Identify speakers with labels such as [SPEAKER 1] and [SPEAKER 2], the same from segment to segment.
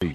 [SPEAKER 1] 旅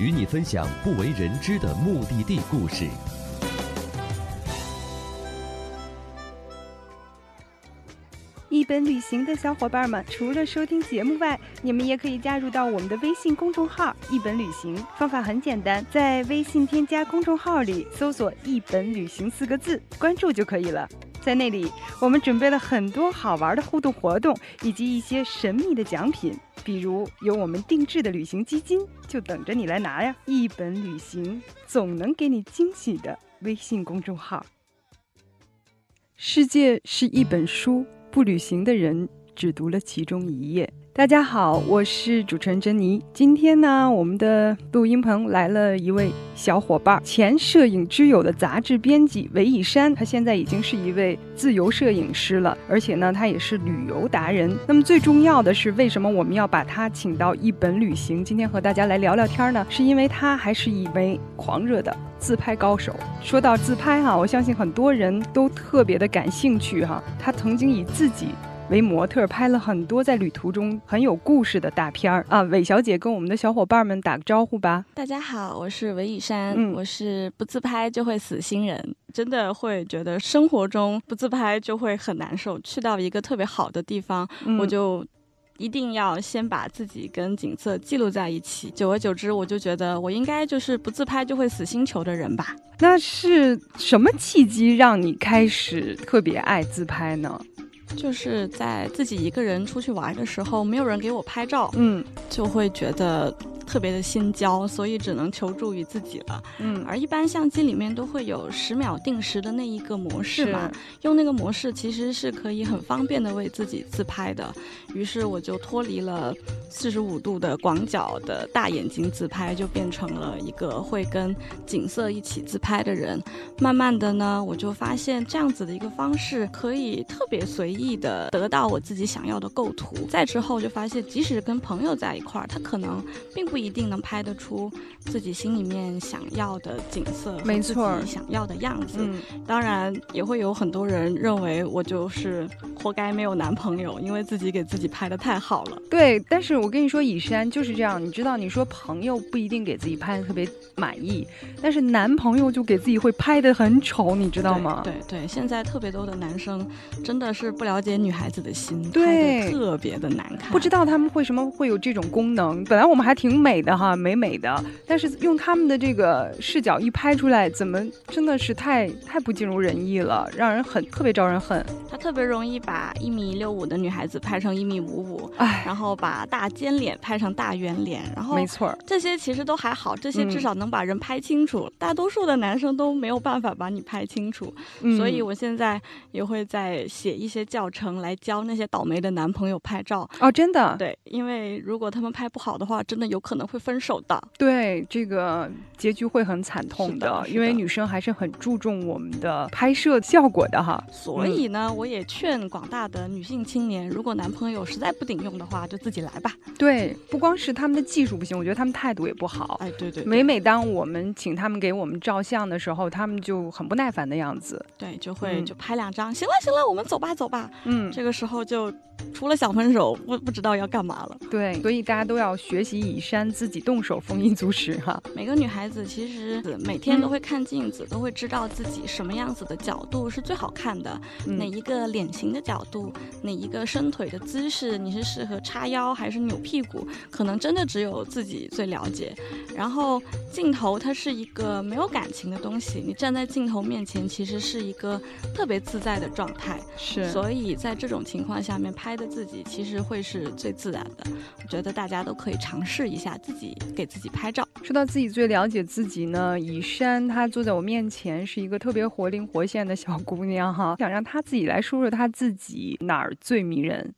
[SPEAKER 1] 与你分享不为人知的目的地故事。
[SPEAKER 2] 一本旅行的小伙伴们，除了收听节目外，你们也可以加入到我们的微信公众号“一本旅行”。方法很简单，在微信添加公众号里搜索“一本旅行”四个字，关注就可以了。在那里，我们准备了很多好玩的互动活动，以及一些神秘的奖品，比如有我们定制的旅行基金，就等着你来拿呀！一本旅行总能给你惊喜的微信公众号。世界是一本书，不旅行的人只读了其中一页。大家好，我是主持人珍妮。今天呢，我们的录音棚来了一位小伙伴，前摄影之友的杂志编辑韦以山，他现在已经是一位自由摄影师了，而且呢，他也是旅游达人。那么最重要的是，为什么我们要把他请到一本旅行，今天和大家来聊聊天呢？是因为他还是一枚狂热的自拍高手。说到自拍哈、我相信很多人都特别的感兴趣哈、他曾经以自己为模特，拍了很多在旅途中很有故事的大片儿啊。韦小姐跟我们的小伙伴们打个招呼吧。
[SPEAKER 3] 大家好，我是韦以山，
[SPEAKER 2] 嗯
[SPEAKER 3] 我是不自拍就会死新人，真的会觉得生活中不自拍就会很难受。去到一个特别好的地方，
[SPEAKER 2] 嗯
[SPEAKER 3] 我就一定要先把自己跟景色记录在一起。久而久之，我就觉得我应该就是不自拍就会死星球的人吧。
[SPEAKER 2] 那是什么契机让你开始特别爱自拍呢？
[SPEAKER 3] 就是在自己一个人出去玩的时候，没有人给我拍照，
[SPEAKER 2] 嗯
[SPEAKER 3] 就会觉得特别的心焦，所以只能求助于自己了。
[SPEAKER 2] 嗯，
[SPEAKER 3] 而一般相机里面都会有十秒定时的那一个模式嘛，用那个模式其实是可以很方便的为自己自拍的。于是我就脱离了四十五度的广角的大眼睛自拍，就变成了一个会跟景色一起自拍的人。慢慢的呢，我就发现这样子的一个方式可以特别随意的得到我自己想要的构图。再之后就发现，即使跟朋友在一块儿，他可能并不一定能拍得出自己心里面想要的景色，
[SPEAKER 2] 没错儿
[SPEAKER 3] 自己想要的样子。
[SPEAKER 2] 嗯
[SPEAKER 3] 当然，也会有很多人认为我就是活该没有男朋友，因为自己给自己拍的太好了。
[SPEAKER 2] 对，但是我跟你说，以山就是这样，你知道，你说朋友不一定给自己拍的特别满意，但是男朋友就给自己会拍的很丑，你知道吗？
[SPEAKER 3] 对对对，现在特别多的男生真的是不了解女孩子的心，
[SPEAKER 2] 对
[SPEAKER 3] 拍得特别的难看。
[SPEAKER 2] 不知道他们为什么会有这种功能。本来我们还挺美的哈，美美的，但是用他们的这个视角一拍出来，怎么真的是太太不尽如人意了，让人很特别招人恨。
[SPEAKER 3] 他特别容易把一米六五的女孩子拍成一米五五，
[SPEAKER 2] 哎，
[SPEAKER 3] 然后把大尖脸拍成大圆脸，然后
[SPEAKER 2] 没错儿，
[SPEAKER 3] 这些其实都还好，这些
[SPEAKER 2] 嗯
[SPEAKER 3] 至少能把人拍清楚。大多数的男生都没有办法把你拍清楚，
[SPEAKER 2] 嗯
[SPEAKER 3] 所以我现在也会在写一些教程来教那些倒霉的男朋友拍照。
[SPEAKER 2] 哦，真的，
[SPEAKER 3] 对，因为如果他们拍不好的话，真的有可能会分手的。
[SPEAKER 2] 对，这个结局会很惨痛
[SPEAKER 3] 是的是
[SPEAKER 2] 因为
[SPEAKER 3] 的
[SPEAKER 2] 女生还是很注重我们的拍摄效果的哈。
[SPEAKER 3] 所以
[SPEAKER 2] 嗯
[SPEAKER 3] 呢，我也劝广大的女性青年，如果男朋友实在不顶用的话，就自己来吧。
[SPEAKER 2] 对，不光是他们的技术不行，我觉得他们态度也不好。
[SPEAKER 3] 哎，对对对
[SPEAKER 2] 每每当我们请他们给我们照相的时候，他们就很不耐烦的样子。
[SPEAKER 3] 对，就会
[SPEAKER 2] 嗯
[SPEAKER 3] 就拍两张，行了行了，我们走吧走吧。
[SPEAKER 2] 嗯，
[SPEAKER 3] 这个时候就除了想分手，不不知道要干嘛了。
[SPEAKER 2] 对，所以大家都要学习以山自己动手，丰衣足食 哈。
[SPEAKER 3] 每个女孩子其实每天
[SPEAKER 2] 嗯
[SPEAKER 3] 都会看镜子，都会知道自己什么样子的角度是最好看的，哪
[SPEAKER 2] 嗯，
[SPEAKER 3] 一个脸型的角度，哪一个伸腿的姿势，你是适合叉腰还是扭屁股，可能真的只有自己最了解。然后镜头它是一个没有感情的东西，你站在镜头面前其实是一个特别自在的状态，
[SPEAKER 2] 是
[SPEAKER 3] 所以在这种情况下面拍的自己其实会是最自然的。我觉得大家都可以尝试一下自己给自己拍照。
[SPEAKER 2] 说到自己最了解自己呢，以山她坐在我面前是一个特别活灵活现的小姑娘哈，想让她自己来说说她自己哪儿最迷人。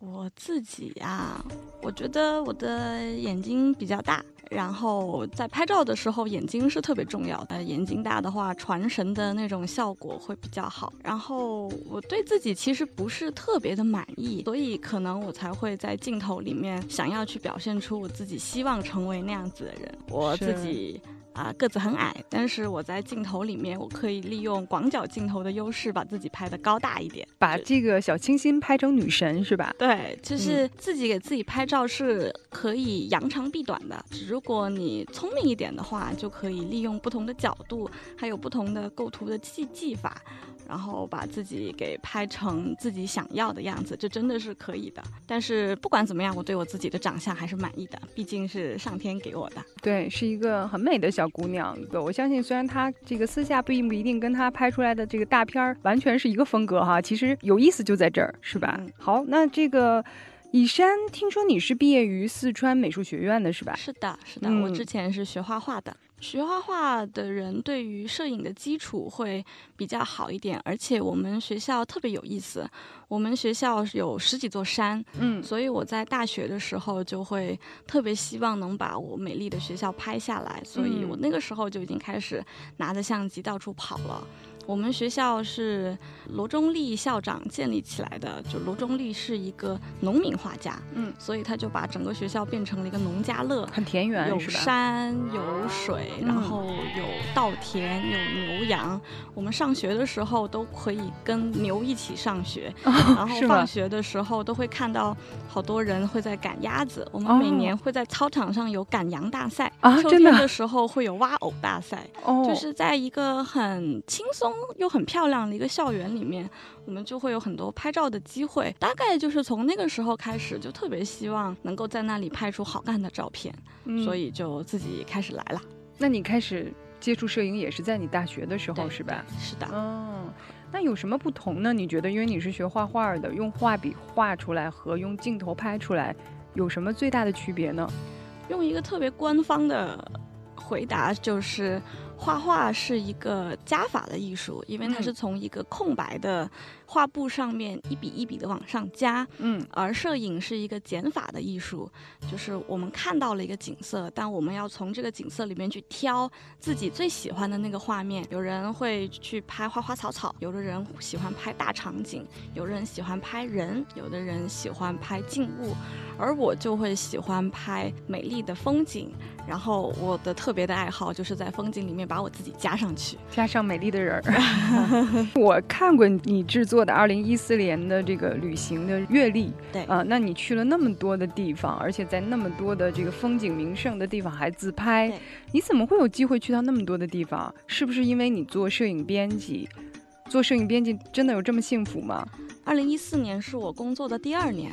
[SPEAKER 3] 我自己呀、我觉得我的眼睛比较大，然后在拍照的时候眼睛是特别重要的。眼睛大的话，传神的那种效果会比较好。然后我对自己其实不是特别的满意，所以可能我才会在镜头里面想要去表现出我自己希望成为那样子的人。我
[SPEAKER 2] 是
[SPEAKER 3] 自己。啊，个子很矮，但是我在镜头里面，我可以利用广角镜头的优势，把自己拍得高大一点。
[SPEAKER 2] 把这个小清新拍成女神是吧？
[SPEAKER 3] 对，就是自己给自己拍照是可以扬长避短的。如果你聪明一点的话，就可以利用不同的角度，还有不同的构图的技技法，然后把自己给拍成自己想要的样子，这真的是可以的。但是不管怎么样，我对我自己的长相还是满意的，毕竟是上天给我的。
[SPEAKER 2] 对，是一个很美的小姑娘。对我相信，虽然她这个私下并不一定跟她拍出来的这个大片儿完全是一个风格哈，其实有意思就在这儿，是吧？
[SPEAKER 3] 嗯
[SPEAKER 2] 好，那这个以山，听说你是毕业于四川美术学院的是吧？
[SPEAKER 3] 是的，是的，我
[SPEAKER 2] 嗯
[SPEAKER 3] 之前是学画画的。学画画的人对于摄影的基础会比较好一点，而且我们学校特别有意思。我们学校有十几座山，
[SPEAKER 2] 嗯，
[SPEAKER 3] 所以我在大学的时候就会特别希望能把我美丽的学校拍下来，所以我
[SPEAKER 2] 嗯
[SPEAKER 3] 那个时候就已经开始拿着相机到处跑了。我们学校是罗中立校长建立起来的，就罗中立是一个农民画家，
[SPEAKER 2] 嗯
[SPEAKER 3] 所以他就把整个学校变成了一个农家乐，
[SPEAKER 2] 很田园
[SPEAKER 3] 有
[SPEAKER 2] 是吧？
[SPEAKER 3] 山有水，然
[SPEAKER 2] 嗯
[SPEAKER 3] 后有稻田，有牛羊。我们上学的时候都可以跟牛一起上学，然后
[SPEAKER 2] 哦是吗
[SPEAKER 3] 放学的时候都会看到好多人会在赶鸭子。我们每
[SPEAKER 2] 哦
[SPEAKER 3] 年会在操场上有赶羊大赛，
[SPEAKER 2] 啊
[SPEAKER 3] 秋
[SPEAKER 2] 真
[SPEAKER 3] 天
[SPEAKER 2] 的
[SPEAKER 3] 的时候会有挖藕大赛。
[SPEAKER 2] 哦，
[SPEAKER 3] 就是在一个很轻松又很漂亮的一个校园里面，我们就会有很多拍照的机会。大概就是从那个时候开始，就特别希望能够在那里拍出好看的照片，
[SPEAKER 2] 嗯
[SPEAKER 3] 所以就自己开始来了。
[SPEAKER 2] 那你开始接触摄影也是在你大学的时候
[SPEAKER 3] 对
[SPEAKER 2] 是吧？？
[SPEAKER 3] 对是的。
[SPEAKER 2] 嗯，那有什么不同呢？你觉得，因为你是学画画的，用画笔画出来和用镜头拍出来有什么最大的区别呢？
[SPEAKER 3] 用一个特别官方的回答，就是画画是一个加法的艺术，因为它
[SPEAKER 2] 嗯
[SPEAKER 3] 是从一个空白的画布上面一笔一笔的往上加，
[SPEAKER 2] 嗯，
[SPEAKER 3] 而摄影是一个减法的艺术，就是我们看到了一个景色，但我们要从这个景色里面去挑自己最喜欢的那个画面。有人会去拍花花草草，有的人喜欢拍大场景，有的人喜欢拍人，有的人喜欢拍静物，而我就会喜欢拍美丽的风景。然后我的特别的爱好就是在风景里面把我自己加上去。
[SPEAKER 2] 加上美丽的人儿。 我看过你制作的二零一四年的这个旅行的阅历，
[SPEAKER 3] 对
[SPEAKER 2] 啊、那你去了那么多的地方，而且在那么多的这个风景名胜的地方还自拍
[SPEAKER 3] 对，
[SPEAKER 2] 你怎么会有机会去到那么多的地方？是不是因为你做摄影编辑？做摄影编辑真的有这么幸福吗？
[SPEAKER 3] 二零一四年是我工作的第二年，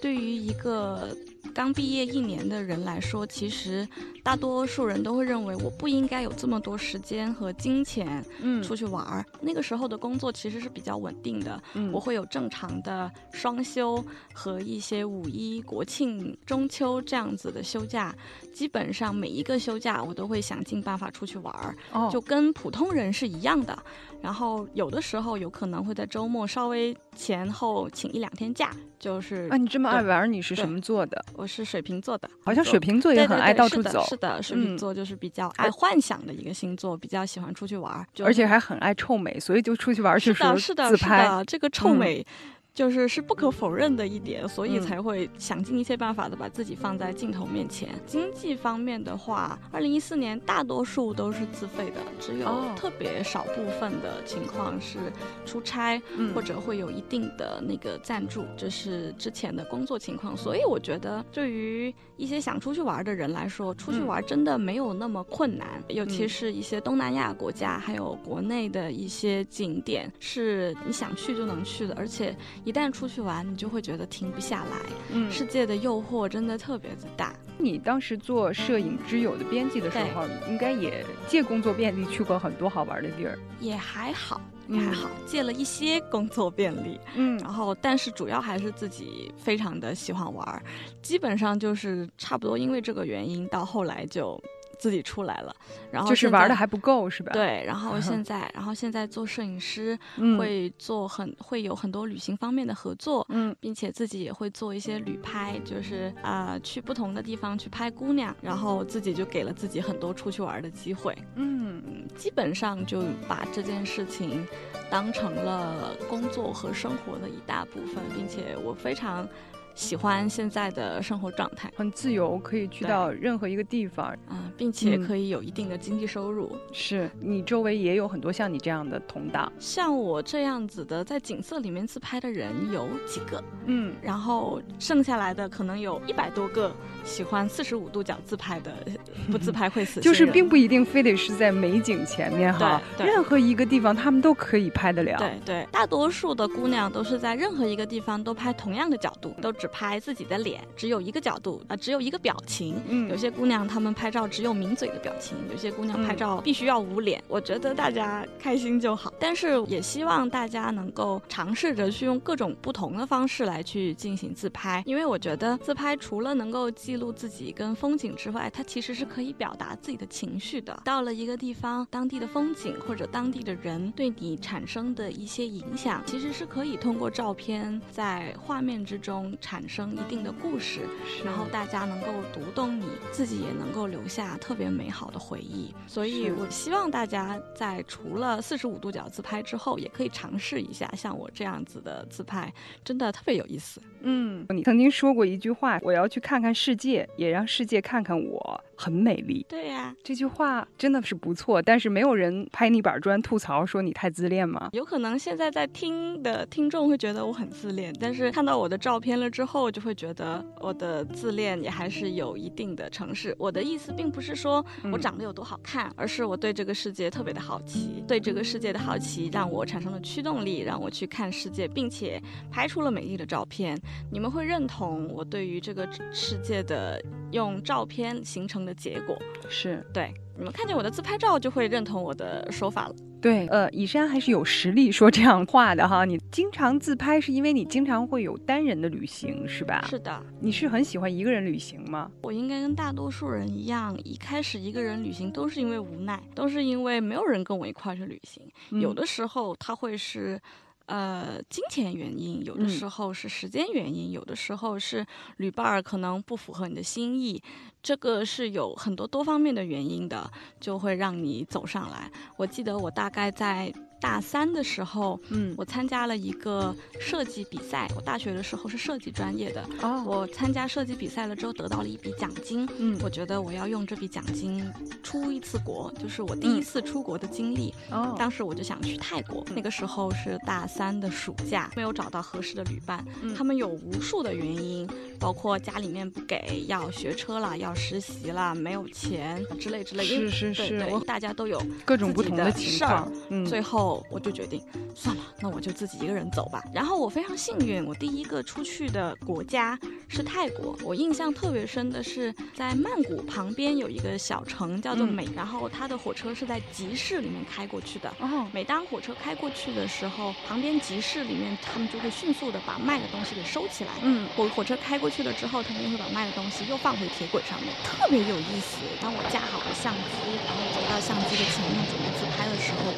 [SPEAKER 3] 对于一个刚毕业一年的人来说，其实大多数人都会认为我不应该有这么多时间和金钱
[SPEAKER 2] 嗯
[SPEAKER 3] 出去玩儿。那个时候的工作其实是比较稳定的，
[SPEAKER 2] 嗯
[SPEAKER 3] 我会有正常的双休和一些五一、国庆、中秋这样子的休假。基本上每一个休假，我都会想尽办法出去玩儿。
[SPEAKER 2] 哦
[SPEAKER 3] 就跟普通人是一样的。然后有的时候有可能会在周末稍微前后请一两天假，就是
[SPEAKER 2] 啊，你这么爱
[SPEAKER 3] 对
[SPEAKER 2] 玩儿，你是
[SPEAKER 3] 对
[SPEAKER 2] 什么座的？
[SPEAKER 3] 我是水瓶座的，
[SPEAKER 2] 好像水瓶座也
[SPEAKER 3] 对
[SPEAKER 2] 很
[SPEAKER 3] 对
[SPEAKER 2] 爱
[SPEAKER 3] 对
[SPEAKER 2] 到
[SPEAKER 3] 是
[SPEAKER 2] 处
[SPEAKER 3] 的
[SPEAKER 2] 走，
[SPEAKER 3] 是的，水
[SPEAKER 2] 嗯
[SPEAKER 3] 瓶座就是比较爱幻想的一个星座，比较喜欢出去玩儿，就
[SPEAKER 2] 而且还很爱臭美，所以就出去玩儿去
[SPEAKER 3] 是
[SPEAKER 2] 时候
[SPEAKER 3] 的，
[SPEAKER 2] 自
[SPEAKER 3] 是的，是
[SPEAKER 2] 拍。
[SPEAKER 3] 的，这个臭
[SPEAKER 2] 嗯
[SPEAKER 3] 美。就是是不可否认的一点，所以
[SPEAKER 2] 嗯
[SPEAKER 3] 才会想尽一切办法的把自己放在镜头面前。经济方面的话，二零一四年大多数都是自费的，只有
[SPEAKER 2] 哦
[SPEAKER 3] 特别少部分的情况是出差、
[SPEAKER 2] 嗯
[SPEAKER 3] 或者会有一定的那个赞助，这是之前的工作情况。所以我觉得，对于一些想出去玩的人来说，出去
[SPEAKER 2] 嗯
[SPEAKER 3] 玩真的没有那么困难，尤其
[SPEAKER 2] 嗯
[SPEAKER 3] 是一些东南亚国家，还有国内的一些景点，是你想去就能去的，而且一旦出去玩，你就会觉得停不下来，
[SPEAKER 2] 嗯，
[SPEAKER 3] 世界的诱惑真的特别的大。
[SPEAKER 2] 你当时做摄影之友的编辑的时
[SPEAKER 3] 对
[SPEAKER 2] 候，应该也借工作便利去过很多好玩儿的地儿。
[SPEAKER 3] 也还好，也还
[SPEAKER 2] 嗯
[SPEAKER 3] 好，借了一些工作便利，
[SPEAKER 2] 嗯
[SPEAKER 3] 然后，但是主要还是自己非常的喜欢玩儿，基本上就是差不多因为这个原因，到后来就自己出来了，然后
[SPEAKER 2] 就是
[SPEAKER 3] 现在
[SPEAKER 2] 玩的还不够是吧？，
[SPEAKER 3] 对，然后现在，然后现在做摄影师，
[SPEAKER 2] 嗯，
[SPEAKER 3] 会做很会有很多旅行方面的合作，
[SPEAKER 2] 嗯
[SPEAKER 3] 并且自己也会做一些旅拍，就是啊、呃去不同的地方去拍姑娘，然后自己就给了自己很多出去玩的机会，
[SPEAKER 2] 嗯，
[SPEAKER 3] 基本上就把这件事情当成了工作和生活的一大部分，并且我非常喜欢现在的生活状态
[SPEAKER 2] 很自由，可以去
[SPEAKER 3] 对
[SPEAKER 2] 到任何一个地方。
[SPEAKER 3] 啊、并且
[SPEAKER 2] 嗯
[SPEAKER 3] 可以有一定的经济收入。
[SPEAKER 2] 是你周围也有很多像你这样的同党，
[SPEAKER 3] 像我这样子的在景色里面自拍的人有几个？
[SPEAKER 2] 嗯，
[SPEAKER 3] 然后剩下来的可能有一百多个喜欢四十五度角自拍的， 不自拍会死心人。
[SPEAKER 2] 就是并不一定非得是在美景前面哈，
[SPEAKER 3] 对对
[SPEAKER 2] 任何一个地方他们都可以拍得了。
[SPEAKER 3] 对对，大多数的姑娘都是在任何一个地方都拍同样的角度，都只拍自己的脸，只有一个角度啊、呃只有一个表情。
[SPEAKER 2] 嗯
[SPEAKER 3] 有些姑娘她们拍照只有抿嘴的表情，有些姑娘
[SPEAKER 2] 嗯
[SPEAKER 3] 拍照必须要捂脸。我觉得大家开心就好，但是也希望大家能够尝试着去用各种不同的方式来去进行自拍，因为我觉得自拍除了能够记录自己跟风景之外，它其实是可以表达自己的情绪的。到了一个地方，当地的风景或者当地的人对你产生的一些影响，其实是可以通过照片在画面之中产生一定的故事。然后大家能够读懂你，自己也能够留下特别美好的回忆。所以
[SPEAKER 2] 是
[SPEAKER 3] 我希望大家在除了四十五度角自拍之后，也可以尝试一下像我这样子的自拍，真的特别有意思。
[SPEAKER 2] 嗯，你曾经说过一句话，我要去看看世界，也让世界看看我，很美丽。
[SPEAKER 3] 对呀、
[SPEAKER 2] 这句话真的是不错，但是没有人拍你板砖吐槽说你太自恋吗？
[SPEAKER 3] 有可能现在在听的听众会觉得我很自恋，但是看到我的照片了之后，就会觉得我的自恋也还是有一定的城市。我的意思并不是说我
[SPEAKER 2] 嗯
[SPEAKER 3] 长得有多好看，而是我对这个世界特别的好奇，对这个世界的好奇让我产生了驱动力，让我去看世界，并且拍出了美丽的照片。你们会认同我对于这个世界的用照片形成的结果？
[SPEAKER 2] 是
[SPEAKER 3] 对，你们看见我的自拍照就会认同我的说法了。
[SPEAKER 2] 对，呃，以山还是有实力说这样话的哈。你经常自拍是因为你经常会有单人的旅行是吧？
[SPEAKER 3] 是的。
[SPEAKER 2] 你是很喜欢一个人旅行吗？
[SPEAKER 3] 我应该跟大多数人一样，一开始一个人旅行都是因为无奈，都是因为没有人跟我一块儿去旅行。
[SPEAKER 2] 嗯
[SPEAKER 3] 有的时候它会是。呃，金钱原因，有的
[SPEAKER 2] 嗯
[SPEAKER 3] 时候是时间原因，有的时候是旅伴儿可能不符合你的心意，这个是有很多多方面的原因的，就会让你走上来。我记得我大概在大三的时候，
[SPEAKER 2] 嗯，
[SPEAKER 3] 我参加了一个设计比赛，我大学的时候是设计专业的，
[SPEAKER 2] 哦，
[SPEAKER 3] 我参加设计比赛了之后得到了一笔奖金，
[SPEAKER 2] 嗯
[SPEAKER 3] 我觉得我要用这笔奖金出一次国，就是我第一
[SPEAKER 2] 嗯
[SPEAKER 3] 次出国的经历。
[SPEAKER 2] 哦嗯
[SPEAKER 3] 当时我就想去泰国，那个时候是大三的暑假，没有找到合适的旅伴，
[SPEAKER 2] 嗯
[SPEAKER 3] 他们有无数的原因，包括家里面不给，要学车啦，要实习啦，没有钱之类之类，因为
[SPEAKER 2] 是是是，
[SPEAKER 3] 对
[SPEAKER 2] 我
[SPEAKER 3] 对，大家都有
[SPEAKER 2] 各种
[SPEAKER 3] 自
[SPEAKER 2] 不
[SPEAKER 3] 己
[SPEAKER 2] 同
[SPEAKER 3] 的
[SPEAKER 2] 情
[SPEAKER 3] 事儿
[SPEAKER 2] 况，嗯，
[SPEAKER 3] 最后我就决定，算了，那我就自己一个人走吧。然后我非常幸运，我第一个出去的国家是泰国。我印象特别深的是，在曼谷旁边有一个小城叫做
[SPEAKER 2] 嗯
[SPEAKER 3] 美，然后它的火车是在集市里面开过去的。
[SPEAKER 2] 哦，
[SPEAKER 3] 每当火车开过去的时候，旁边集市里面他们就会迅速的把卖的东西给收起来。
[SPEAKER 2] 嗯
[SPEAKER 3] 火火车开过去了之后，他们又会把卖的东西又放回铁轨上面，特别有意思。当我架好了相机，然后走到相机的前面准备自拍的时候，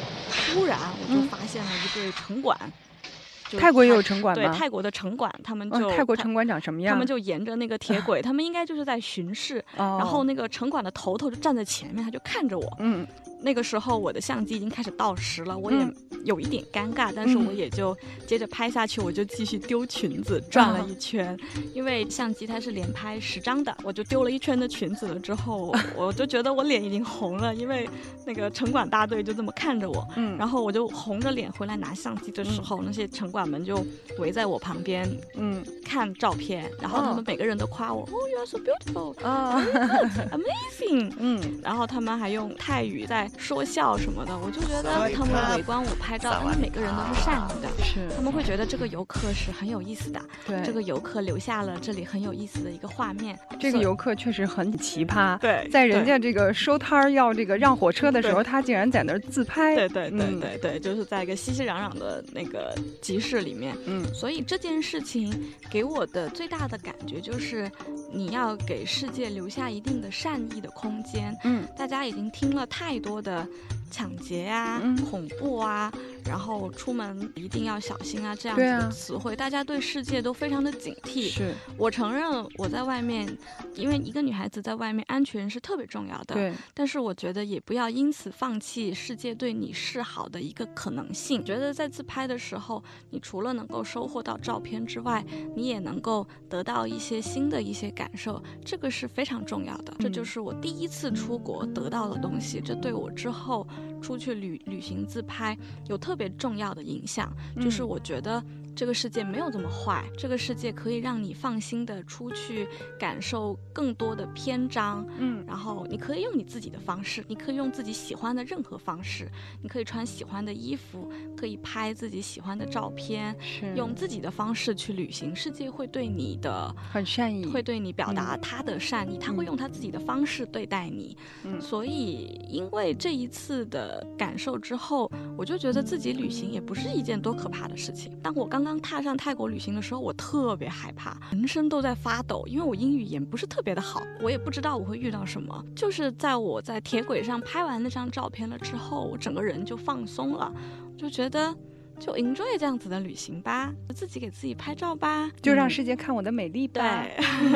[SPEAKER 3] 突然我就
[SPEAKER 2] 嗯
[SPEAKER 3] 发现了一对城管。就
[SPEAKER 2] 泰国也有城管
[SPEAKER 3] 对
[SPEAKER 2] 吗？
[SPEAKER 3] 泰国的城管，他们
[SPEAKER 2] 嗯
[SPEAKER 3] 就、
[SPEAKER 2] 泰国
[SPEAKER 3] 他
[SPEAKER 2] 城管长什么样？啊
[SPEAKER 3] 他们就沿着那个铁轨，他们应该就是在巡视。
[SPEAKER 2] 哦，
[SPEAKER 3] 然后那个城管的头头就站在前面，他就看着我。
[SPEAKER 2] 嗯
[SPEAKER 3] 那个时候我的相机已经开始倒时了，我也
[SPEAKER 2] 嗯
[SPEAKER 3] 有一点尴尬，但是
[SPEAKER 2] 嗯
[SPEAKER 3] 我也就接着拍下去，我就继续丢裙子，转
[SPEAKER 2] 嗯
[SPEAKER 3] 了一圈，因为相机它是连拍十张的，我就丢了一圈的裙子了 之后，我就觉得我脸已经红了，因为那个城管大队就这么看着我。
[SPEAKER 2] 嗯，
[SPEAKER 3] 然后我就红着脸回来拿相机的时候，那些城管们就围在我旁边
[SPEAKER 2] 嗯
[SPEAKER 3] 看照片，然后他
[SPEAKER 2] 哦
[SPEAKER 3] 们每个人都夸我，Oh, you are so beautiful, Oh,
[SPEAKER 2] 啊
[SPEAKER 3] amazing。
[SPEAKER 2] 嗯
[SPEAKER 3] 然后他们还用泰语在说笑什么的，我就觉得他们围观我拍拍照，
[SPEAKER 4] 散
[SPEAKER 3] 他
[SPEAKER 4] 完
[SPEAKER 3] 们每个人都是善意的，
[SPEAKER 2] 是
[SPEAKER 3] 他们会觉得这个游客是很有意思的，
[SPEAKER 2] 啊嗯对
[SPEAKER 3] 这个游客留下了这里很有意思的一个画面。
[SPEAKER 2] 这个游客确实很奇葩，
[SPEAKER 3] 对
[SPEAKER 2] 在人家这个收摊儿要这个让火车的时候，
[SPEAKER 3] 对
[SPEAKER 2] 他竟然在那儿自拍。
[SPEAKER 3] 对对对
[SPEAKER 2] 嗯
[SPEAKER 3] 对对，就是在一个熙熙攘攘的那个集市里面，
[SPEAKER 2] 嗯，
[SPEAKER 3] 所以这件事情给我的最大的感觉就是，你要给世界留下一定的善意的空间。
[SPEAKER 2] 嗯，
[SPEAKER 3] 大家已经听了太多的抢劫啊、
[SPEAKER 2] 嗯
[SPEAKER 3] 恐怖啊，然后出门一定要小心啊这样子
[SPEAKER 2] 对啊
[SPEAKER 3] 的词汇，大家对世界都非常的警惕。
[SPEAKER 2] 是，
[SPEAKER 3] 我承认我在外面，因为一个女孩子在外面安全是特别重要的。
[SPEAKER 2] 对，
[SPEAKER 3] 但是我觉得也不要因此放弃世界对你示好的一个可能性。觉得在自拍的时候，你除了能够收获到照片之外，你也能够得到一些新的一些感受，这个是非常重要的。这就是我第一次出国得到的东西，这对我之后出去旅旅行自拍有特别重要的影响。就是
[SPEAKER 2] 嗯
[SPEAKER 3] 我觉得这个世界没有这么坏，这个世界可以让你放心的出去感受更多的篇章，
[SPEAKER 2] 嗯，
[SPEAKER 3] 然后你可以用你自己的方式，你可以用自己喜欢的任何方式，你可以穿喜欢的衣服，可以拍自己喜欢的照片，
[SPEAKER 2] 是
[SPEAKER 3] 用自己的方式去旅行，世界会对你的
[SPEAKER 2] 很善意，
[SPEAKER 3] 会对你表达他的善意，他
[SPEAKER 2] 嗯
[SPEAKER 3] 会用他自己的方式对待你。
[SPEAKER 2] 嗯
[SPEAKER 3] 所以因为这一次的感受之后，我就觉得自己旅行也不是一件多可怕的事情。当我刚刚踏上泰国旅行的时候，我特别害怕，浑身都在发抖，因为我英语也不是特别的好，我也不知道我会遇到什么。就是在我在铁轨上拍完那张照片了之后，我整个人就放松了，我就觉得。就 enjoy 这样子的旅行吧，自己给自己拍照吧，
[SPEAKER 2] 就让
[SPEAKER 3] 嗯
[SPEAKER 2] 世界看我的美丽吧。
[SPEAKER 3] 对。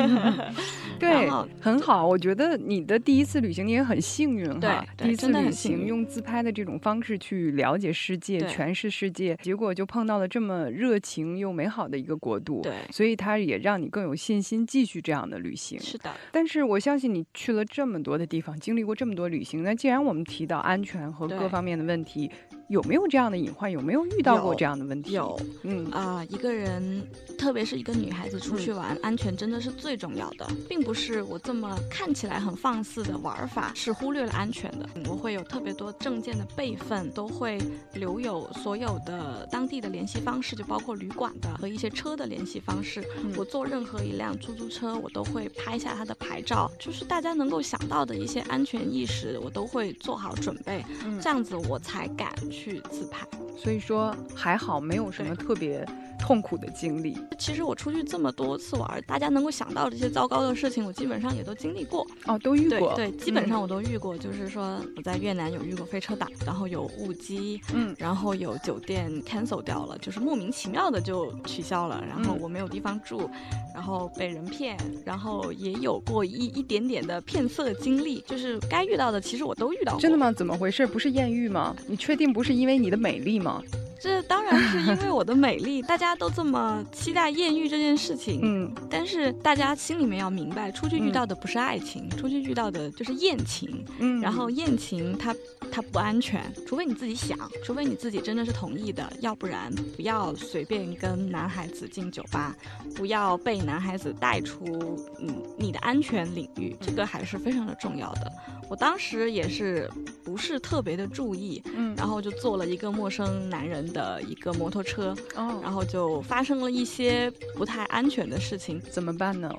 [SPEAKER 2] 对
[SPEAKER 3] 然后，
[SPEAKER 2] 很好，我觉得你的第一次旅行你也很幸运哈，
[SPEAKER 3] 对对
[SPEAKER 2] 第一次
[SPEAKER 3] 真的
[SPEAKER 2] 旅
[SPEAKER 3] 很幸
[SPEAKER 2] 行
[SPEAKER 3] 运
[SPEAKER 2] 用自拍的这种方式去了解世界，
[SPEAKER 3] 对
[SPEAKER 2] 诠释世界，结果就碰到了这么热情又美好的一个国度，
[SPEAKER 3] 对
[SPEAKER 2] 所以它也让你更有信心继续这样的旅行。
[SPEAKER 3] 是的，
[SPEAKER 2] 但是我相信你去了这么多的地方，经历过这么多旅行，那既然我们提到安全和各
[SPEAKER 3] 对
[SPEAKER 2] 方面的问题，有没有这样的隐患？有没有遇到过
[SPEAKER 3] 有
[SPEAKER 2] 这样的问题？
[SPEAKER 3] 有，
[SPEAKER 2] 嗯，
[SPEAKER 3] 啊、一个人，特别是一个女孩子出去玩，安全真的是最重要的，并不是我这么看起来很放肆的玩法是忽略了安全的。我会有特别多证件的备份，都会留有所有的当地的联系方式，就包括旅馆的和一些车的联系方式。
[SPEAKER 2] 嗯
[SPEAKER 3] 我坐任何一辆出租车，我都会拍下它的牌照，就是大家能够想到的一些安全意识，我都会做好准备，
[SPEAKER 2] 嗯
[SPEAKER 3] 这样子我才敢去自拍。
[SPEAKER 2] 所以说还好没有什么
[SPEAKER 3] 对
[SPEAKER 2] 特别痛苦的经历。
[SPEAKER 3] 其实我出去这么多次玩，大家能够想到这些糟糕的事情，我基本上也都经历过。
[SPEAKER 2] 哦，都遇
[SPEAKER 3] 对
[SPEAKER 2] 过，
[SPEAKER 3] 对，基本
[SPEAKER 2] 嗯
[SPEAKER 3] 上我都遇过。就是说我在越南有遇过飞车党，然后有误机，
[SPEAKER 2] 嗯
[SPEAKER 3] 然后有酒店 cancel 掉了，就是莫名其妙的就取消了。然后
[SPEAKER 2] 嗯
[SPEAKER 3] 我没有地方住，然后被人骗，然后也有过一一点点的骗色经历，就是该遇到的其实我都遇到过。
[SPEAKER 2] 真的？吗？怎么回事？不是艳遇吗？你确定不是因为你的美丽吗？
[SPEAKER 3] 这当然是因为我的美丽，大家都这么期待艳遇这件事情。
[SPEAKER 2] 嗯，
[SPEAKER 3] 但是大家心里面要明白，出去遇
[SPEAKER 2] 嗯
[SPEAKER 3] 到的不是爱情，出去遇到的就是艳情。
[SPEAKER 2] 嗯
[SPEAKER 3] 然后艳情它它不安全，除非你自己想，除非你自己真的是同意的，要不然不要随便跟男孩子进酒吧，不要被男孩子带出嗯你的安全领域，这个还是非常的重要的。我当时也是不是特别的注意，
[SPEAKER 2] 嗯，
[SPEAKER 3] 然后就坐了一个陌生男人的一个摩托车，然
[SPEAKER 2] 哦，
[SPEAKER 3] 后就发生了一些不太安全的事情。
[SPEAKER 2] 怎么办呢？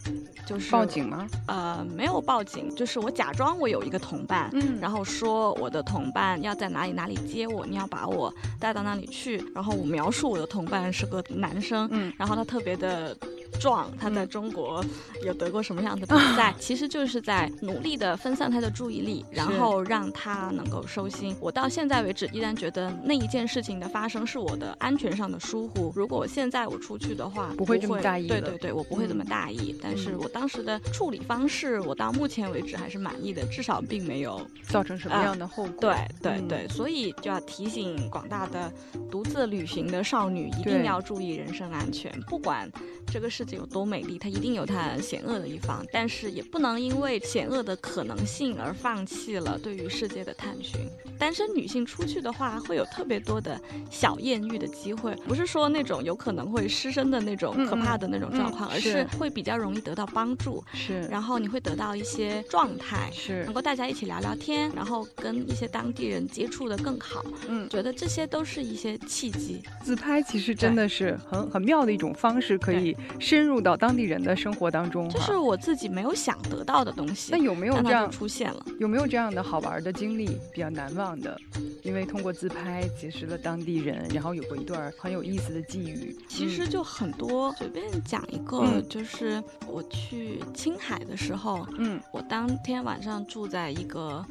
[SPEAKER 3] 就是
[SPEAKER 2] 报，警吗？
[SPEAKER 3] 呃，没有报警，就是我假装我有一个同伴，
[SPEAKER 2] 嗯
[SPEAKER 3] 然后说我的同伴要在哪里哪里接我，你要把我带到那里去，然后我描述我的同伴是个男生，
[SPEAKER 2] 嗯
[SPEAKER 3] 然后他特别的壮，他在中国有得过什么样的比赛？ 其实就是在努力的分散他的注意力，然后让他能够收心。我到现在为止依然觉得那一件事情的发生是我的安全上的疏忽。如果我现在我出去的话，
[SPEAKER 2] 不会这么大意嗯
[SPEAKER 3] 对
[SPEAKER 2] 了
[SPEAKER 3] 对对，我不会这么大意。但是我当时的处理方式，我到目前为止还是满意的，至少并没有
[SPEAKER 2] 造成什么
[SPEAKER 3] 啊
[SPEAKER 2] 样的后果？
[SPEAKER 3] 对对
[SPEAKER 2] 嗯
[SPEAKER 3] 对，所以就要提醒广大的独自旅行的少女，一
[SPEAKER 2] 对
[SPEAKER 3] 定要注意人身安全。不管这个世界有多美丽，它一定有它险恶的一方，但是也不能因为险恶的可能性而放弃了对于世界的探寻。单身女性出去的话，会有特别多的小艳遇的机会，不是说那种有可能会失身的那种
[SPEAKER 2] 嗯
[SPEAKER 3] 可怕的那种状况，
[SPEAKER 2] 嗯
[SPEAKER 3] 而
[SPEAKER 2] 是
[SPEAKER 3] 是会比较容易得到帮助，
[SPEAKER 2] 是
[SPEAKER 3] 然嗯后你会得到一些状态。
[SPEAKER 2] 是
[SPEAKER 3] 能够大家一起聊聊天，然后跟一些当地人接触的更好，
[SPEAKER 2] 嗯
[SPEAKER 3] 觉得这些都是一些契机。
[SPEAKER 2] 自拍其实真的是很很妙的一种方式，可以深入到当地人的生活当中哈。
[SPEAKER 3] 就是我自己没有想得到的东西，
[SPEAKER 2] 那有没有
[SPEAKER 3] 但
[SPEAKER 2] 这
[SPEAKER 3] 它
[SPEAKER 2] 样
[SPEAKER 3] 就出现了。
[SPEAKER 2] 有没有这样的好玩的经历比较难忘的？因为通过自拍结识了当地人，然后有过一段很有意思的际遇。
[SPEAKER 3] 其实就很多，随便讲一个，
[SPEAKER 2] 嗯
[SPEAKER 3] 就是我去青海的时候，
[SPEAKER 2] 嗯，嗯，
[SPEAKER 3] 我当天晚上住在一个。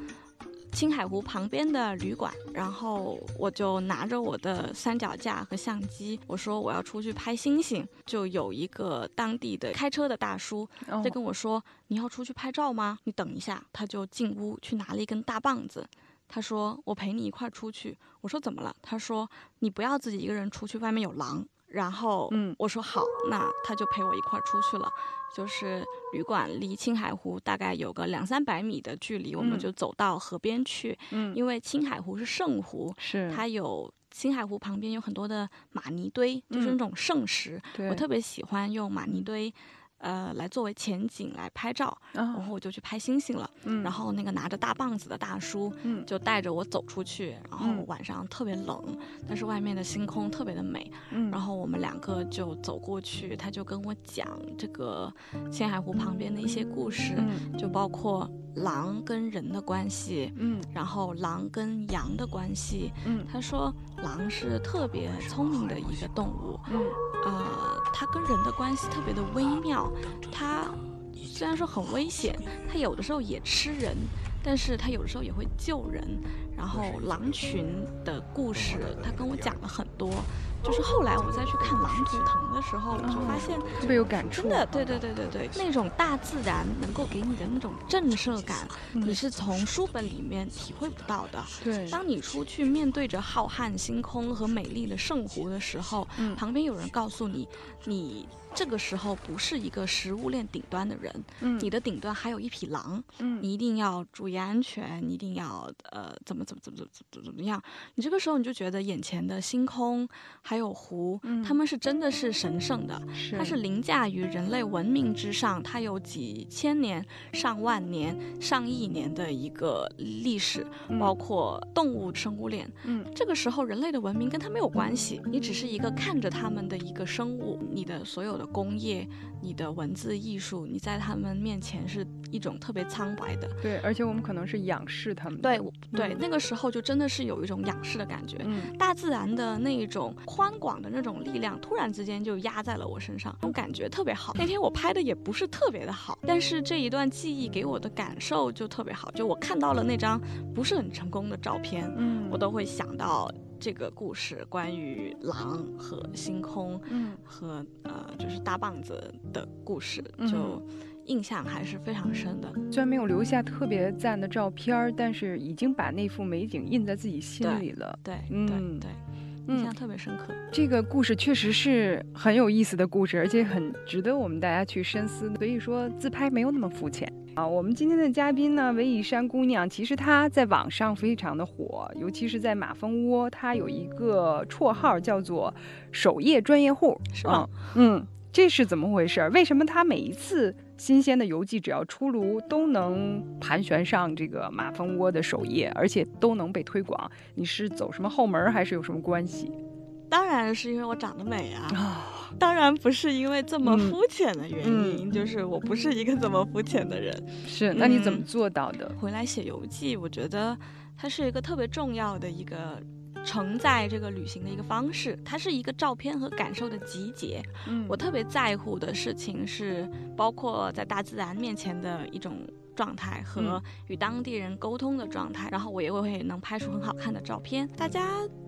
[SPEAKER 3] 青海湖旁边的旅馆，然后我就拿着我的三脚架和相机，我说我要出去拍星星。就有一个当地的开车的大叔，
[SPEAKER 2] 哦
[SPEAKER 3] 在跟我说：“你要出去拍照吗？你等一下。”他就进屋去拿了一根大棒子，他说：“我陪你一块儿出去。”我说：“怎么了？”他说：“你不要自己一个人出去，外面有狼。”然后，
[SPEAKER 2] 嗯
[SPEAKER 3] 我说好，那他就陪我一块儿出去了。就是旅馆离青海湖大概有个两三百米的距离，我
[SPEAKER 2] 嗯
[SPEAKER 3] 们就走到河边去，
[SPEAKER 2] 嗯，
[SPEAKER 3] 因为青海湖是圣湖，
[SPEAKER 2] 是
[SPEAKER 3] 它有青海湖旁边有很多的玛尼堆，就是
[SPEAKER 2] 嗯
[SPEAKER 3] 那种圣石。
[SPEAKER 2] 对哦
[SPEAKER 3] 我特别喜欢用马尼堆，呃，来作为前景来拍照，然
[SPEAKER 2] 啊，
[SPEAKER 3] 后我就去拍星星了。
[SPEAKER 2] 嗯，
[SPEAKER 3] 然后那个拿着大棒子的大叔
[SPEAKER 2] 嗯
[SPEAKER 3] 就带着我走出去，然后
[SPEAKER 2] 嗯
[SPEAKER 3] 晚上特别冷，但是外面的星空特别的美。
[SPEAKER 2] 嗯，
[SPEAKER 3] 然
[SPEAKER 2] 后
[SPEAKER 3] 后我们两个就走过去，他就跟我讲这个青海湖旁边的一些故事，
[SPEAKER 2] 嗯
[SPEAKER 3] 就包括狼跟人的关系。
[SPEAKER 2] 嗯
[SPEAKER 3] 然后狼跟羊的关系，
[SPEAKER 2] 嗯
[SPEAKER 3] 他说狼是特别聪明的一个动物，
[SPEAKER 2] 嗯
[SPEAKER 3] 呃，它跟人的关系特别的微妙，它虽然说很危险，它有的时候也吃人，但是它有的时候也会救人。然后狼群的故事，他跟我讲了很多。就是后来我再去看《狼图腾》的时候，我就发现
[SPEAKER 2] 嗯特别有感触
[SPEAKER 3] 真的，对对对对对，那种大自然能够给你的那种震慑感，
[SPEAKER 2] 嗯
[SPEAKER 3] 你是从书本里面体会不到的。
[SPEAKER 2] 对，
[SPEAKER 3] 当你出去面对着浩瀚星空和美丽的圣湖的时候，
[SPEAKER 2] 嗯
[SPEAKER 3] 旁边有人告诉你，你这个时候不是一个食物链顶端的人，
[SPEAKER 2] 嗯
[SPEAKER 3] 你的顶端还有一匹狼，
[SPEAKER 2] 嗯
[SPEAKER 3] 你一定要注意安全，你一定要呃怎么怎么怎么怎么怎么怎么样。你这个时候你就觉得眼前的星空还有湖，
[SPEAKER 2] 嗯
[SPEAKER 3] 他们是真的是神圣的，它是凌驾于人类文明之上，它有几千年、上万年、上亿年的一个历史，
[SPEAKER 2] 嗯
[SPEAKER 3] 包括动物生物链。
[SPEAKER 2] 嗯
[SPEAKER 3] 这个时候人类的文明跟它没有关系，你只是一个看着它们的一个生物，你的所有的工业、你的文字艺术，你在他们面前是一种特别苍白的。
[SPEAKER 2] 对，而且我们可能是仰视他们的，
[SPEAKER 3] 对我对，那个时候就真的是有一种仰视的感觉。
[SPEAKER 2] 嗯
[SPEAKER 3] 大自然的那一种宽广的那种力量，突然之间就压在了我身上，那种感觉特别好。那天我拍的也不是特别的好，但是这一段记忆给我的感受就特别好，就我看到了那张不是很成功的照片，
[SPEAKER 2] 嗯，
[SPEAKER 3] 我都会想到这个故事，关于狼和星空
[SPEAKER 2] 嗯
[SPEAKER 3] 和呃就是大棒子的故事，
[SPEAKER 2] 嗯
[SPEAKER 3] 就印象还是非常深的。
[SPEAKER 2] 虽然没有留下特别赞的照片儿，但是已经把那幅美景印在自己心
[SPEAKER 3] 对
[SPEAKER 2] 里了。
[SPEAKER 3] 对
[SPEAKER 2] 嗯
[SPEAKER 3] 对对，印
[SPEAKER 2] 嗯
[SPEAKER 3] 象，特别深刻。
[SPEAKER 2] 这个故事确实是很有意思的故事，而且很值得我们大家去深思。所以说，自拍没有那么肤浅啊。我们今天的嘉宾呢，韦以山姑娘，其实她在网上非常的火，尤其是在马蜂窝，她有一个绰号叫做“首页专业户”，
[SPEAKER 3] 是吗
[SPEAKER 2] 啊？嗯，这是怎么回事儿？为什么她每一次？新鲜的游记只要出炉，都能盘旋上这个马蜂窝的首页，而且都能被推广。你是走什么后门儿，还是有什么关系嗯
[SPEAKER 3] 当然是因为我长得 美啊。
[SPEAKER 2] 啊？
[SPEAKER 3] 当然不是因为这么
[SPEAKER 2] 嗯
[SPEAKER 3] 肤浅的原因，就是我不是一个这么肤浅的人。
[SPEAKER 2] 是，那你怎么
[SPEAKER 3] 嗯
[SPEAKER 2] 做到的？
[SPEAKER 3] 回来写游记，我觉得它是一个特别重要的一个承载这个旅行的一个方式，它是一个照片和感受的集结。
[SPEAKER 2] 嗯
[SPEAKER 3] 我特别在乎的事情是，包括在大自然面前的一种。状态和
[SPEAKER 2] 嗯
[SPEAKER 3] 与当地人沟通的状态，然后我也会能拍出很好看的照片。大家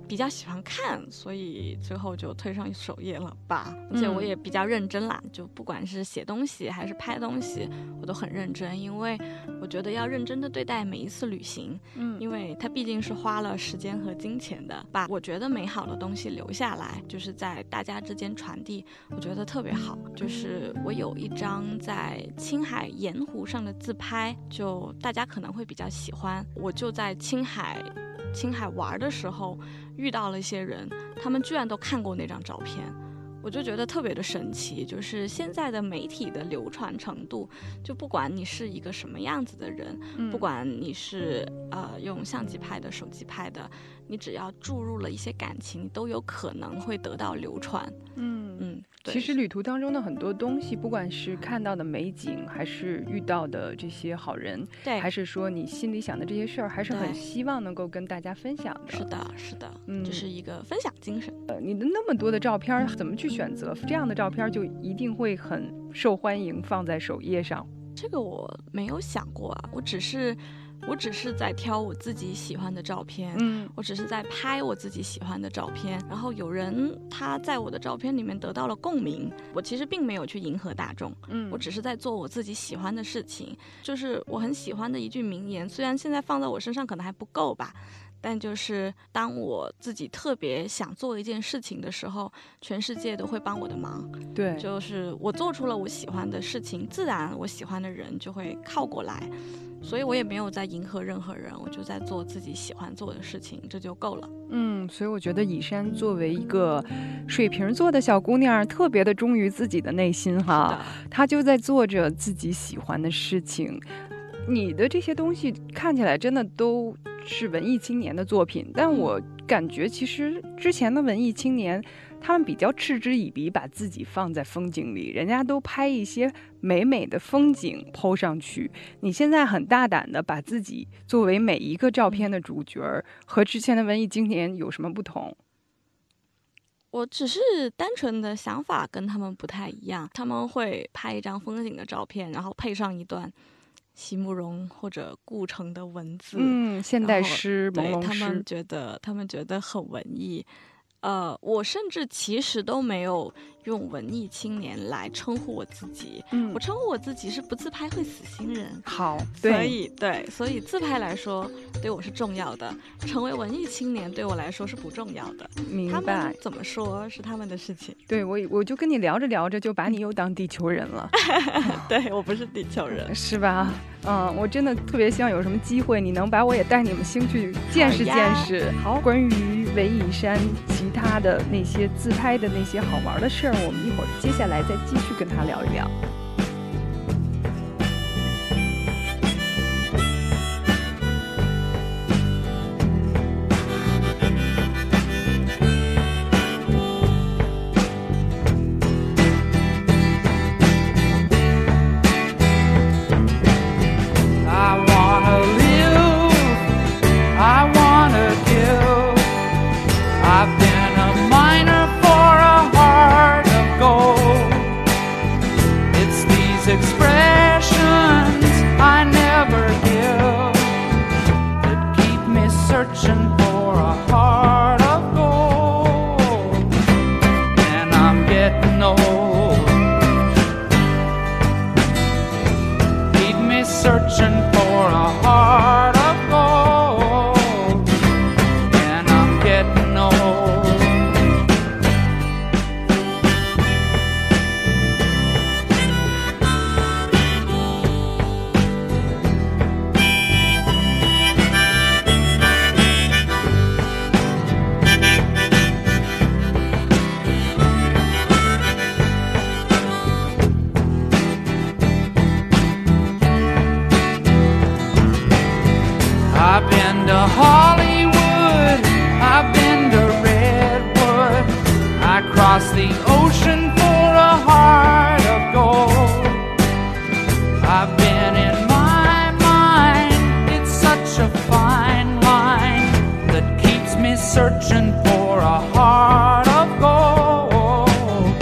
[SPEAKER 3] 比较喜欢看，所以最后就推上首页了吧。而且
[SPEAKER 2] 嗯
[SPEAKER 3] 我也比较认真啦，就不管是写东西还是拍东西，我都很认真，因为我觉得要认真的对待每一次旅行，
[SPEAKER 2] 嗯，
[SPEAKER 3] 因为它毕竟是花了时间和金钱的。把我觉得美好的东西留下来，就是在大家之间传递，我觉得特别好。就是我有一张在青海盐湖上的自拍，就大家可能会比较喜欢。我就在青海。青海玩的时候，遇到了一些人，他们居然都看过那张照片，我就觉得特别的神奇。就是现在的媒体的流传程度，就不管你是一个什么样子的人，
[SPEAKER 2] 嗯
[SPEAKER 3] 不管你是呃用相机拍的、手机拍的，你只要注入了一些感情，都有可能会得到流传。
[SPEAKER 2] 嗯
[SPEAKER 3] 嗯，对
[SPEAKER 2] 其实旅途当中的很多东西，不管是看到的美景，还是遇到的这些好人，
[SPEAKER 3] 对，
[SPEAKER 2] 还是说你心里想的这些事儿，还是很
[SPEAKER 3] 哎对
[SPEAKER 2] 希望能够跟大家分享的。
[SPEAKER 3] 是的，是的，
[SPEAKER 2] 嗯
[SPEAKER 3] 就是一个分享精神。
[SPEAKER 2] 呃，你的那么多的照片儿，怎么去选择？这样的照片儿就一定会很受欢迎，放在首页上。
[SPEAKER 3] 这个我没有想过啊，我只是，我只是在挑我自己喜欢的照片。
[SPEAKER 2] 嗯
[SPEAKER 3] 我只是在拍我自己喜欢的照片，然后有人他在我的照片里面得到了共鸣，我其实并没有去迎合大众，
[SPEAKER 2] 嗯
[SPEAKER 3] 我只是在做我自己喜欢的事情，就是我很喜欢的一句名言，虽然现在放在我身上可能还不够吧。但就是当我自己特别想做一件事情的时候，全世界都会帮我的忙。
[SPEAKER 2] 对，
[SPEAKER 3] 就是我做出了我喜欢的事情，自然我喜欢的人就会靠过来，所以我也没有在迎合任何人，我就在做自己喜欢做的事情，这就够了。
[SPEAKER 2] 嗯，所以我觉得以山作为一个水瓶座的小姑娘儿，特别的忠于自己的内心哈，她就在做着自己喜欢的事情。你的这些东西看起来真的都是文艺青年的作品，
[SPEAKER 3] 嗯
[SPEAKER 2] 但我感觉其实之前的文艺青年，他们比较嗤之以鼻，把自己放在风景里，人家都拍一些美美的风景 PO 上去。你现在很大胆的把自己作为每一个照片的主角儿，和之前的文艺青年有什么不同？
[SPEAKER 3] 我只是单纯的想法跟他们不太一样，他们会拍一张风景的照片，然后配上一段席慕容或者顾城的文字，
[SPEAKER 2] 嗯，现
[SPEAKER 3] 然
[SPEAKER 2] 代
[SPEAKER 3] 后
[SPEAKER 2] 诗、朦
[SPEAKER 3] 对
[SPEAKER 2] 胧
[SPEAKER 3] 他
[SPEAKER 2] 诗
[SPEAKER 3] 们，觉得他们觉得很文艺。呃，我甚至其实都没有用文艺青年来称呼我自己，
[SPEAKER 2] 嗯
[SPEAKER 3] 我，称呼我自己是不自拍会死心人。
[SPEAKER 2] 好，
[SPEAKER 3] 所
[SPEAKER 2] 对，
[SPEAKER 3] 以，对，所以自拍来说对我是重要的，成为文艺青年对我来说是不重要的。
[SPEAKER 2] 明
[SPEAKER 3] 他
[SPEAKER 2] 白
[SPEAKER 3] 们。怎么说是他们的事情。
[SPEAKER 2] 对我，我就跟你聊着聊着，就把你又当地球人了，
[SPEAKER 3] 对我不是地球人，
[SPEAKER 2] 是吧？嗯，我真的特别希望有什么机会，你能把我也带你们星去见识
[SPEAKER 3] 好呀
[SPEAKER 2] 见识。好，关于韦以山其他的那些自拍的那些好玩的事儿，我们一会儿接下来再继续跟他聊一聊。
[SPEAKER 4] I wanna live, I wanna give. I've been a miner for a heart of gold. It's these expressions I never give that keep me searching for a heart of gold. And I'm getting old. Keep me searching for a heart of gold. And I'm getting old. I've been to Hollywood, I've been to Redwood. I crossed the ocean for a heart of gold. I've been in my mind, it's such a fine line that keeps me searching for a heart of gold.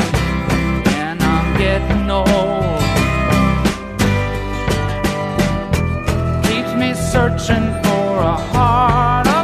[SPEAKER 4] And I'm getting old. keeps me searching for a heart of gold.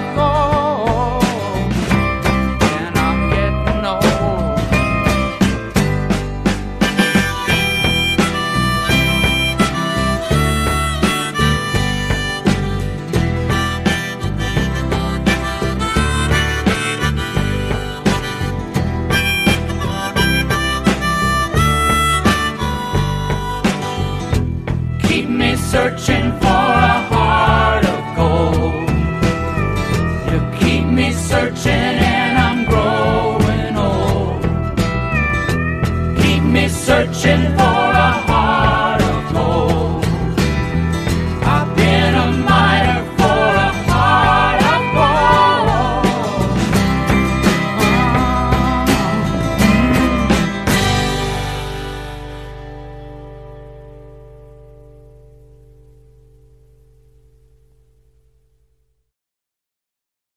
[SPEAKER 4] searching for.